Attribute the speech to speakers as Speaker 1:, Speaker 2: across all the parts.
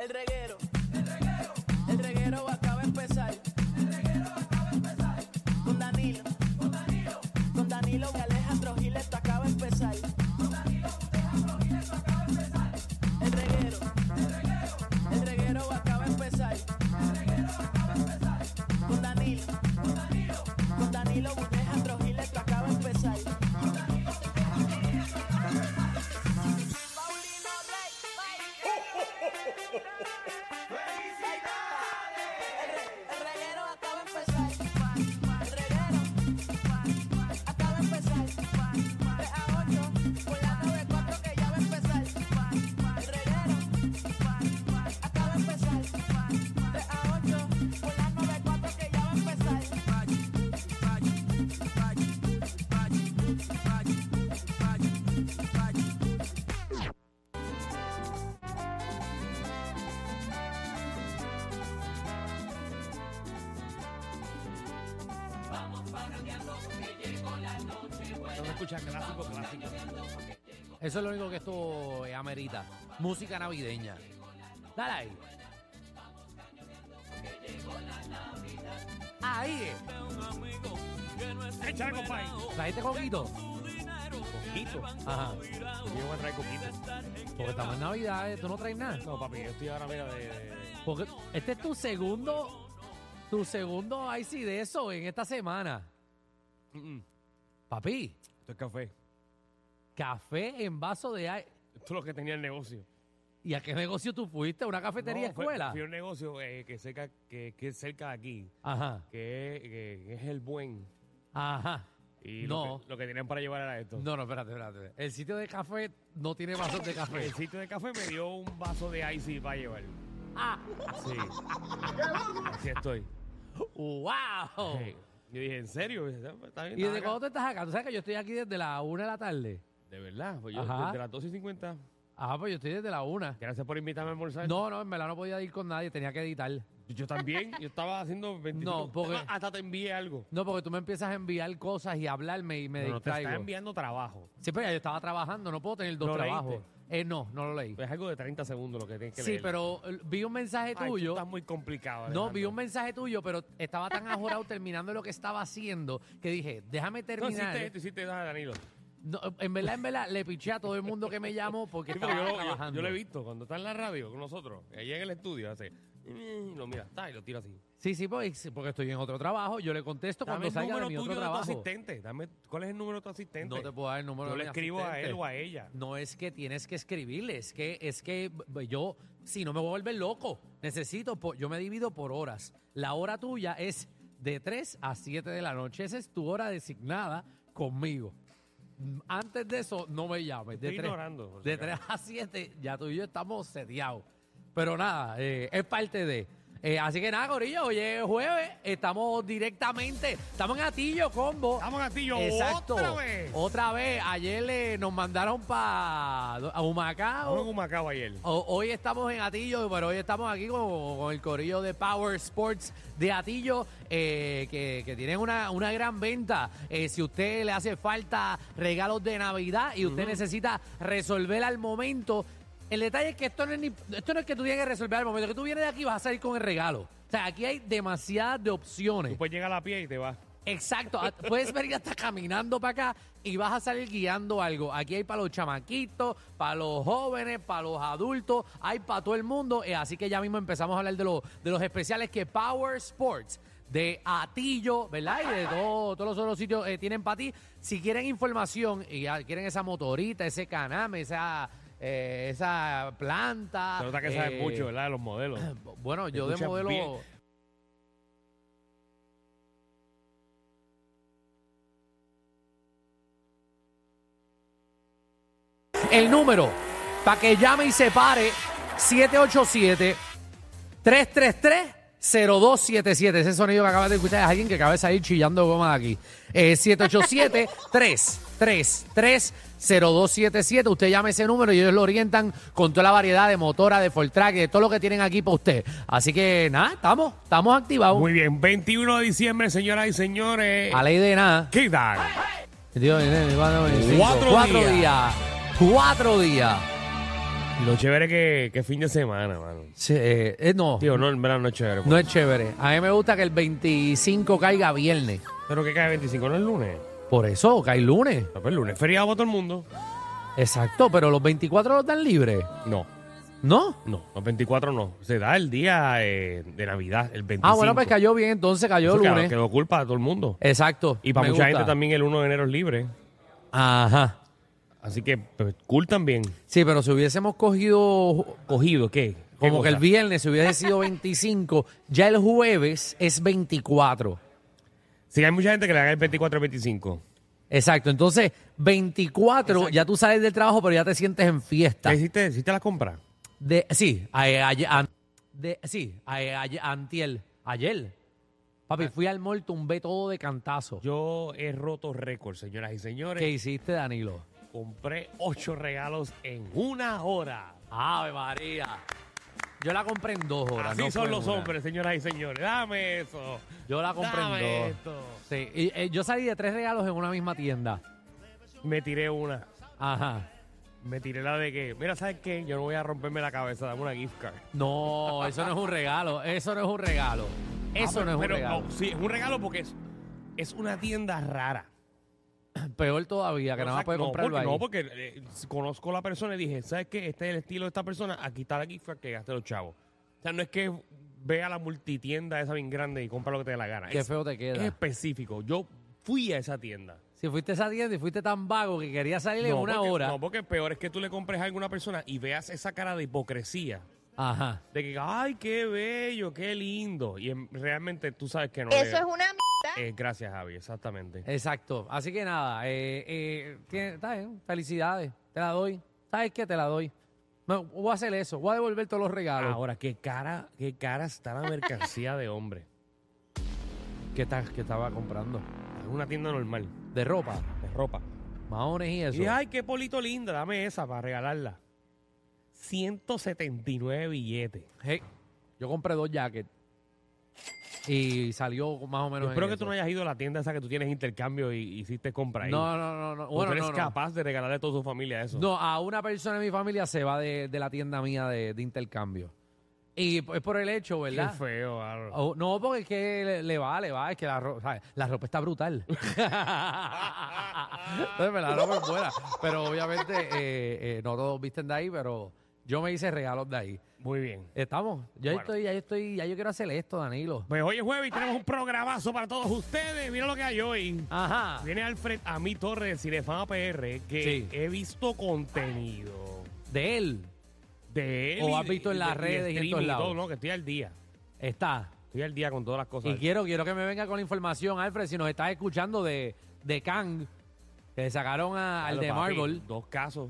Speaker 1: El reguero, el reguero, el reguero acaba de empezar. El reguero acaba de empezar. Con Danilo, con Danilo, con Danilo y Alejandro Gil esto acaba de empezar. Con Danilo, Alejandro Gil esto acaba de empezar. El reguero, el reguero, el reguero acaba de empezar. El reguero acaba de empezar. Con Danilo, con Danilo, con Danilo y Alejandro Gil esto acaba de empezar. Paulino Rey, El reguero acaba de empezar. El reguero acaba de empezar. 3 a 8 por la 94 que ya va a empezar. El reguero acaba de empezar. 3 a 8 por la 94 que ya va a empezar.
Speaker 2: Solo escucha clásico, clásico. Eso es lo único que esto eh, amerita. Música navideña. Dale ahí. Ahí es.
Speaker 3: Échale, compadre.
Speaker 2: ¿Trajiste coquito?
Speaker 3: Coquito.
Speaker 2: Ajá.
Speaker 3: Yo voy a traer coquito.
Speaker 2: Porque estamos en Navidad, eh, tú no traes nada.
Speaker 3: No, papi, yo estoy ahora, mira, de. de-
Speaker 2: Porque este es tu segundo, tu segundo IC de eso en esta semana.
Speaker 3: Mm, mm.
Speaker 2: Papi,
Speaker 3: Esto es café.
Speaker 2: café en vaso de ice.
Speaker 3: Esto es lo que tenía el negocio.
Speaker 2: ¿Y a qué negocio tú fuiste? ¿Una cafetería
Speaker 3: No, fue-
Speaker 2: escuela?
Speaker 3: Fui a un negocio eh, que, cerca, que, que es cerca de aquí,
Speaker 2: Ajá,
Speaker 3: que, es- que- que es el buen.
Speaker 2: ajá.
Speaker 3: Y
Speaker 2: No.
Speaker 3: Lo, que, lo que tenían para llevar era esto.
Speaker 2: No, no, espérate, espérate. El sitio de café no tiene vasos de café.
Speaker 3: El sitio de café me dio un vaso de icy para llevar. Ah. Sí. Así estoy.
Speaker 2: ¡Wow!
Speaker 3: Sí. Yo dije, ¿en serio? ¿Está bien,
Speaker 2: ¿Y desde
Speaker 3: está acá.
Speaker 2: cuándo tú estás acá? Tú sabes que yo estoy aquí desde la una de la tarde.
Speaker 3: De verdad, pues yo
Speaker 2: Ajá.
Speaker 3: desde las 12 y 50.
Speaker 2: Ah, pues yo estoy desde la una.
Speaker 3: Gracias por invitarme a almorzar.
Speaker 2: No, no, en verdad no podía ir con nadie, tenía que editar.
Speaker 3: Yo también, yo estaba haciendo 25.
Speaker 2: No, porque-
Speaker 3: Ah, Hasta te envié algo.
Speaker 2: No, porque tú me empiezas a enviar cosas y hablarme y me
Speaker 3: No, no, te
Speaker 2: distraigo.
Speaker 3: está enviando trabajo.
Speaker 2: Sí, pero ya yo estaba trabajando, no puedo tener dos
Speaker 3: ¿Lo
Speaker 2: trabajos. Eh, no, no lo leí.
Speaker 3: Es algo de 30 segundos lo que tienes que
Speaker 2: Sí,
Speaker 3: leer.
Speaker 2: pero eh, vi un mensaje
Speaker 3: Ay, tú
Speaker 2: tuyo.
Speaker 3: estás muy complicado.
Speaker 2: No,
Speaker 3: Alejandro.
Speaker 2: vi un mensaje tuyo, pero estaba tan ajorado terminando lo que estaba haciendo que dije, déjame
Speaker 3: No, hiciste
Speaker 2: terminar.
Speaker 3: esto, hiciste esto, ah, Danilo.
Speaker 2: No, en verdad, en verdad, le piché a todo el mundo que me llamó porque
Speaker 3: Sí,
Speaker 2: estaba
Speaker 3: porque yo, lo- yo-
Speaker 2: trabajando.
Speaker 3: yo lo he visto cuando está en la radio con nosotros, allá en el estudio, hace. mm, Lo mira, está, y lo tira así.
Speaker 2: Sí, sí, pues, porque estoy en otro trabajo. Yo le contesto cuando
Speaker 3: Dame el
Speaker 2: salga de
Speaker 3: número
Speaker 2: mi
Speaker 3: tuyo
Speaker 2: otro
Speaker 3: de tu
Speaker 2: trabajo.
Speaker 3: asistente. Dame, ¿Cuál es el número de tu asistente?
Speaker 2: No te puedo dar el número
Speaker 3: Yo
Speaker 2: de
Speaker 3: le
Speaker 2: mi
Speaker 3: escribo a
Speaker 2: asistente.
Speaker 3: él o a ella.
Speaker 2: No es que tienes que escribirle, es que, es que b- yo, si no me voy a volver loco, necesito, po- yo me divido por horas. La hora tuya es de 3 a 7 de la noche, esa es tu hora designada conmigo. Mm, Antes de eso, no me llames. De
Speaker 3: Estoy
Speaker 2: 3,
Speaker 3: ignorando, por si
Speaker 2: de
Speaker 3: acaso.
Speaker 2: 3 a 7, ya tú y yo estamos sediados. Pero nada, eh, es parte de. Eh, así que nada, Corillo, hoy es jueves, estamos directamente, estamos en Atillo, combo.
Speaker 3: Estamos en Atillo,
Speaker 2: Exacto.
Speaker 3: otra vez.
Speaker 2: Otra vez, ayer eh, nos mandaron para
Speaker 3: Estamos en
Speaker 2: Humacao.
Speaker 3: Humacao ayer.
Speaker 2: O- hoy estamos en Atillo, pero hoy estamos aquí con, con el corillo de Power Sports de Atillo, eh, que, que tienen una, una gran venta. Eh, si usted le hace falta regalos de Navidad y usted necesita resolver al momento, el detalle es que esto no es, ni- esto no es que tú tienes que resolver al momento, que tú vienes de aquí y vas a salir con el regalo. O sea, aquí hay demasiadas de opciones.
Speaker 3: Tú puedes llegar a la pie y te vas.
Speaker 2: Exacto, a- puedes venir hasta caminando para acá y vas a salir guiando algo. Aquí hay para los chamaquitos, para los jóvenes, para los adultos, hay para todo el mundo. Eh, así que ya mismo empezamos a hablar de, lo- de los especiales que Power Sports de Atillo, ¿verdad? Y de todo- todos los otros sitios eh, tienen para ti. Si quieren información y ah, quieren esa motorita, ese caname, esa, eh, esa planta.
Speaker 3: Se nota que
Speaker 2: eh,
Speaker 3: sabes mucho, ¿verdad? De los modelos.
Speaker 2: Bueno, yo de
Speaker 3: Escuchas
Speaker 2: modelo...
Speaker 3: bien.
Speaker 2: el número para que llame y se pare 787 333 0277. Ese sonido que acabas de escuchar es alguien que acaba de salir chillando goma de aquí. Eh, 787 333 0277. Usted llama ese número y ellos lo orientan con toda la variedad de motora, de Fortrack, de todo lo que tienen aquí para usted. Así que nada, estamos, estamos activados.
Speaker 3: Muy bien, 21 de diciembre, señoras y señores.
Speaker 2: A ley de nada.
Speaker 3: ¿Qué tal?
Speaker 2: Dios, eh, cuatro, cinco,
Speaker 3: Cuatro días.
Speaker 2: días. Cuatro días.
Speaker 3: Lo chévere que, que fin de semana, mano.
Speaker 2: Sí, eh, eh, no.
Speaker 3: Tío, no, en verdad no es chévere.
Speaker 2: No es chévere. A mí me gusta que el 25 caiga viernes.
Speaker 3: Pero que cae 25, no es lunes.
Speaker 2: Por eso, cae lunes.
Speaker 3: No, pero el lunes es feriado para todo el mundo.
Speaker 2: Exacto, pero los 24 los dan libres.
Speaker 3: No,
Speaker 2: ¿No?
Speaker 3: no, los 24 no. Se da el día eh, de Navidad, el 25.
Speaker 2: Ah, bueno, pues cayó bien, entonces cayó
Speaker 3: Eso
Speaker 2: lunes.
Speaker 3: quedó- Quedó culpa a todo el mundo.
Speaker 2: Exacto.
Speaker 3: Y para
Speaker 2: me
Speaker 3: mucha
Speaker 2: gusta.
Speaker 3: gente también el 1 de enero es libre.
Speaker 2: Ajá.
Speaker 3: Así que pues, cool también.
Speaker 2: Sí, pero si hubiésemos cogido
Speaker 3: ¿Cogido qué?
Speaker 2: como que el viernes
Speaker 3: viernes.
Speaker 2: si hubiese sido 25, ya el jueves es 24.
Speaker 3: Sí, hay mucha gente que le haga el 24 al 25.
Speaker 2: Exacto, entonces 24 ya tú sales del trabajo, pero ya te sientes en fiesta.
Speaker 3: ¿Ya hiciste, hiciste la compra?
Speaker 2: De, sí, a- a- an- de- sí, a- a- antiel, ayer. Papi, fui al mall, tumbé todo de cantazo.
Speaker 3: Ah. Yo he roto récord, señoras y señores.
Speaker 2: ¿Qué hiciste, Danilo?
Speaker 3: Compré ocho regalos en una hora.
Speaker 2: Ave María. Yo la compré en dos horas.
Speaker 3: Así
Speaker 2: no fue
Speaker 3: son
Speaker 2: en
Speaker 3: los
Speaker 2: una.
Speaker 3: hombres, señoras y señores. Dame eso.
Speaker 2: Yo la compré
Speaker 3: Dame
Speaker 2: en dos.
Speaker 3: esto.
Speaker 2: Sí, y, eh, yo salí de tres regalos en una misma tienda.
Speaker 3: Me tiré una.
Speaker 2: Ajá.
Speaker 3: Me tiré la de que, mira, ¿sabes qué? Yo no voy a romperme la cabeza, dame una gift card.
Speaker 2: Ah, No, eso no es un regalo. Eso no es un regalo. Eso
Speaker 3: Ah,
Speaker 2: no es un
Speaker 3: pero-
Speaker 2: regalo.
Speaker 3: no, sí, es un regalo porque es, es una tienda rara.
Speaker 2: Peor todavía, que
Speaker 3: No,
Speaker 2: nada más
Speaker 3: sac-
Speaker 2: puedes
Speaker 3: no,
Speaker 2: comprarlo
Speaker 3: porque,
Speaker 2: ahí.
Speaker 3: No, porque eh, si conozco a la persona y dije, ¿sabes qué? Este es el estilo de esta persona, aquí está la gift card que gaste los chavos. O sea, no es que vea la multitienda esa bien grande y compra lo que te dé la gana.
Speaker 2: Qué
Speaker 3: es,
Speaker 2: feo te queda.
Speaker 3: es específico. Yo fui a esa tienda.
Speaker 2: Si fuiste a esa tienda y fuiste tan vago que querías salir en una
Speaker 3: porque,
Speaker 2: hora.
Speaker 3: no, porque peor es que tú le compres a alguna persona y veas esa cara de hipocresía.
Speaker 2: Ajá.
Speaker 3: De que, ay, qué bello, qué lindo. Y en- realmente tú sabes que no. le-
Speaker 4: Eso es una mierda.
Speaker 3: Eh, gracias, Javi, exactamente.
Speaker 2: Exacto. Así que nada, eh, eh, tiene- está bien, felicidades, te la doy. ¿Sabes qué? Te la doy. No, voy a hacer eso, voy a devolver todos los regalos.
Speaker 3: Ahora, qué cara, qué cara está la mercancía de hombre.
Speaker 2: ¿Qué, estás- qué estaba comprando?
Speaker 3: Es una tienda normal,
Speaker 2: De ropa,
Speaker 3: de ropa.
Speaker 2: maones y eso.
Speaker 3: Y ay, qué polito linda, dame esa para regalarla. 179 billetes.
Speaker 2: Hey, yo compré dos jackets y salió más o menos.
Speaker 3: Yo espero
Speaker 2: en
Speaker 3: que
Speaker 2: eso.
Speaker 3: tú no hayas ido a la tienda esa que tú tienes intercambio y hiciste compra ahí.
Speaker 2: No, no, no, no.
Speaker 3: ¿O
Speaker 2: Bueno,
Speaker 3: tú eres
Speaker 2: no, no.
Speaker 3: capaz de regalarle a toda tu familia eso.
Speaker 2: No, a una persona de mi familia se va de, de la tienda mía de, de intercambio. Y es por el hecho,
Speaker 3: Qué
Speaker 2: ¿verdad?
Speaker 3: feo. Álvaro.
Speaker 2: Oh, no, porque es que le, le va, le va, es que la ropa, la ropa está brutal. Entonces, me la ropa es buena. Pero obviamente, eh, eh, no todos visten de ahí, pero yo me hice regalos de ahí.
Speaker 3: Muy bien.
Speaker 2: Estamos. Yo
Speaker 3: Bueno.
Speaker 2: estoy, ya yo estoy, ya yo quiero hacer esto, Danilo.
Speaker 3: Pues hoy es jueves y tenemos un programazo para todos ustedes. Mira lo que hay hoy.
Speaker 2: Ah. Ajá.
Speaker 3: Viene Alfred a mi torre de Cinefama PR que
Speaker 2: Sí.
Speaker 3: he visto contenido
Speaker 2: De él
Speaker 3: de él.
Speaker 2: O
Speaker 3: y
Speaker 2: has
Speaker 3: de-
Speaker 2: visto en
Speaker 3: de-
Speaker 2: las redes y en
Speaker 3: streaming
Speaker 2: todos lados.
Speaker 3: todo, no, que estoy al día.
Speaker 2: está.
Speaker 3: Estoy al día con todas las cosas.
Speaker 2: Y quiero, quiero que me venga con la información, Alfred, si nos estás escuchando de, de Kang, que sacaron a- al
Speaker 3: Claro,
Speaker 2: de
Speaker 3: papi,
Speaker 2: Marvel.
Speaker 3: Dos casos.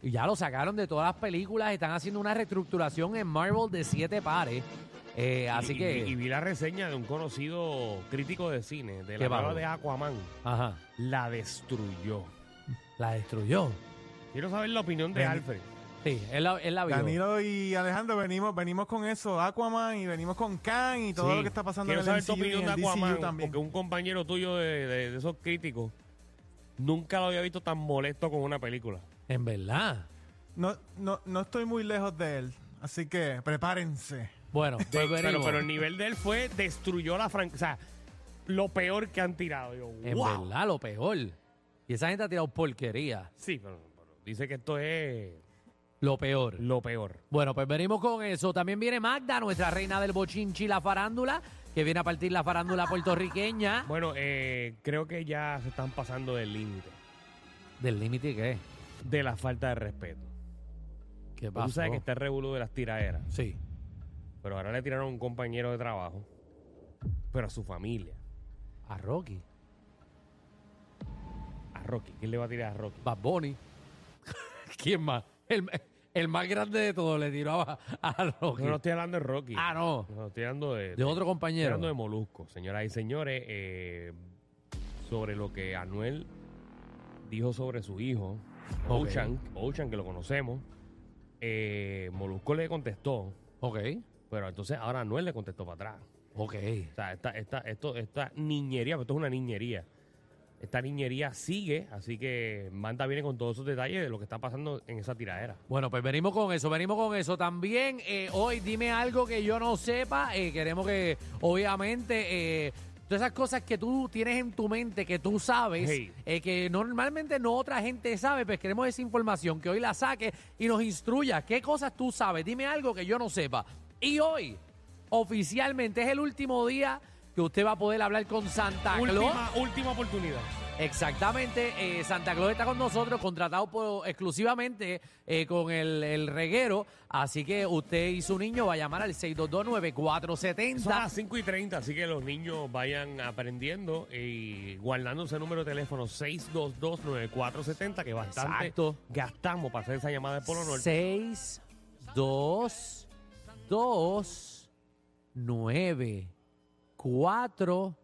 Speaker 2: Y ya lo sacaron de todas las películas. Están haciendo una reestructuración en Marvel de siete pares. Eh, así
Speaker 3: Y- y-
Speaker 2: que.
Speaker 3: Y, vi la reseña de un conocido crítico de cine, de
Speaker 2: ¿Qué
Speaker 3: la
Speaker 2: bajó?
Speaker 3: nueva de Aquaman.
Speaker 2: ajá.
Speaker 3: La destruyó.
Speaker 2: La destruyó.
Speaker 3: Quiero saber la opinión de
Speaker 5: Ven.
Speaker 3: Alfred.
Speaker 2: Sí, él la, él la vio.
Speaker 5: Danilo y Alejandro venimos, venimos con eso, Aquaman y venimos con Khan y todo
Speaker 3: Sí.
Speaker 5: lo que está pasando
Speaker 3: Quiero
Speaker 5: en
Speaker 3: saber
Speaker 5: el
Speaker 3: tu
Speaker 5: MCU y
Speaker 3: opinión
Speaker 5: en
Speaker 3: de
Speaker 5: el DCU
Speaker 3: Aquaman,
Speaker 5: también.
Speaker 3: porque un compañero tuyo de, de- de esos críticos nunca lo había visto tan molesto con una película.
Speaker 2: En verdad.
Speaker 5: No, no, no estoy muy lejos de él, así que prepárense.
Speaker 2: Bueno, pues
Speaker 3: Pero,
Speaker 2: venimos.
Speaker 3: pero el nivel de él fue destruyó la franquicia. O sea, lo peor que han tirado. Yo,
Speaker 2: En
Speaker 3: wow.
Speaker 2: verdad, lo peor. Y esa gente ha tirado porquería.
Speaker 3: Sí, pero, pero dice que esto es
Speaker 2: Lo peor.
Speaker 3: lo peor.
Speaker 2: Bueno, pues venimos con eso. También viene Magda, nuestra reina del bochinchi y la farándula, que viene a partir la farándula puertorriqueña.
Speaker 3: Bueno, eh, creo que ya se están pasando del límite
Speaker 2: ¿Del límite qué?
Speaker 3: de la falta de respeto.
Speaker 2: ¿Qué
Speaker 3: Tú
Speaker 2: pasa?
Speaker 3: sabes que está el revolú de las tiraderas.
Speaker 2: Sí.
Speaker 3: Pero ahora le tiraron a un compañero de trabajo, pero a su familia,
Speaker 2: A Rocky.
Speaker 3: a Rocky. ¿Quién le va a tirar a Rocky?
Speaker 2: Bad Bunny. ¿Quién más? El, el más grande de todos le tiró a, a Rocky.
Speaker 3: No, no estoy hablando de Rocky.
Speaker 2: Ah, no.
Speaker 3: No, estoy hablando de...
Speaker 2: De otro
Speaker 3: estoy
Speaker 2: compañero.
Speaker 3: hablando de Molusco. Señoras y señores, eh, sobre lo que Anuel dijo sobre su hijo,
Speaker 2: Ok.
Speaker 3: Ochan, Ochan, que lo conocemos, eh, Molusco le contestó,
Speaker 2: Ok.
Speaker 3: pero entonces ahora Anuel le contestó para atrás.
Speaker 2: Ok.
Speaker 3: O sea, esta, esta, esto, esta niñería, porque esto es una niñería. Esta niñería sigue, así que Manda viene con todos esos detalles de lo que está pasando en esa tiradera.
Speaker 2: Bueno, pues venimos con eso, venimos con eso. También eh, hoy dime algo que yo no sepa. eh, queremos que, obviamente, eh, todas esas cosas que tú tienes en tu mente, que tú sabes,
Speaker 3: Hey.
Speaker 2: eh, que normalmente no otra gente sabe, pues queremos esa información, que hoy la saques y nos instruya. ¿Qué cosas tú sabes? Dime algo que yo no sepa. Y hoy, oficialmente, es el último día que usted va a poder hablar con Santa Claus.
Speaker 3: Última, última oportunidad.
Speaker 2: Exactamente, eh, Santa Claus está con nosotros, contratado por- exclusivamente eh, con el, el reguero, así que usted y su niño va a llamar al
Speaker 3: Son las
Speaker 2: 6229470.
Speaker 3: 5 y 30, así que los niños vayan aprendiendo y guardando ese número de teléfono 6229470, que bastante
Speaker 2: Exacto.
Speaker 3: gastamos para hacer esa llamada de Polo Norte.
Speaker 2: 6, 2, 2, 9, 4,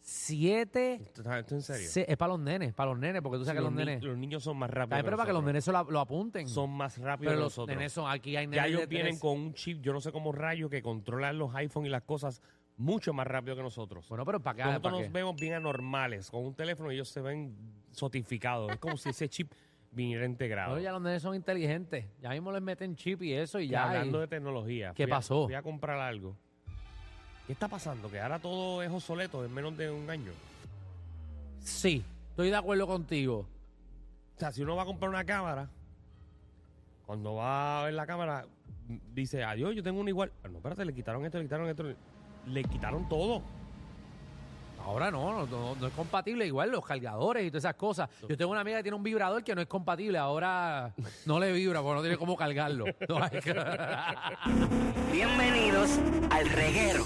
Speaker 2: 7.
Speaker 3: ¿Esto, esto en serio?
Speaker 2: Es para los nenes, para los nenes, porque tú
Speaker 3: Sí,
Speaker 2: sabes que los
Speaker 3: ni-
Speaker 2: nenes...
Speaker 3: los niños son más
Speaker 2: También
Speaker 3: rápidos.
Speaker 2: pero para que los
Speaker 3: nosotros.
Speaker 2: nenes se lo, lo apunten.
Speaker 3: son más rápidos
Speaker 2: pero
Speaker 3: que
Speaker 2: los
Speaker 3: nosotros.
Speaker 2: nenes son aquí, hay nenes
Speaker 3: Ya
Speaker 2: de
Speaker 3: ellos vienen
Speaker 2: tres.
Speaker 3: con un chip, yo no sé cómo rayos, que controlan los iPhone y las cosas mucho más rápido que nosotros.
Speaker 2: Bueno, pero para acá,
Speaker 3: nosotros
Speaker 2: ¿para
Speaker 3: nos
Speaker 2: qué?
Speaker 3: vemos bien anormales con un teléfono y ellos se ven sotificados. es como si ese chip viniera integrado.
Speaker 2: No, ya los nenes son inteligentes. Ya mismo les meten chip y eso y
Speaker 3: Y
Speaker 2: ya.
Speaker 3: hablando
Speaker 2: y-
Speaker 3: de tecnología.
Speaker 2: ¿Qué
Speaker 3: fui a-
Speaker 2: pasó?
Speaker 3: fui a comprar algo. ¿Qué está pasando? Que ahora todo es obsoleto en menos de un año.
Speaker 2: Sí, estoy de acuerdo contigo.
Speaker 3: O sea, si uno va a comprar una cámara, cuando va a ver la cámara, m- dice, adiós, yo tengo una igual. Ah, No, espérate, le quitaron esto, le quitaron esto. Le quitaron todo.
Speaker 2: Ahora no, no, no- no es compatible. Igual los cargadores y todas esas cosas. Yo tengo una amiga que tiene un vibrador que no es compatible. Ahora no le vibra porque no tiene cómo cargarlo. No hay-
Speaker 4: Bienvenidos al reguero.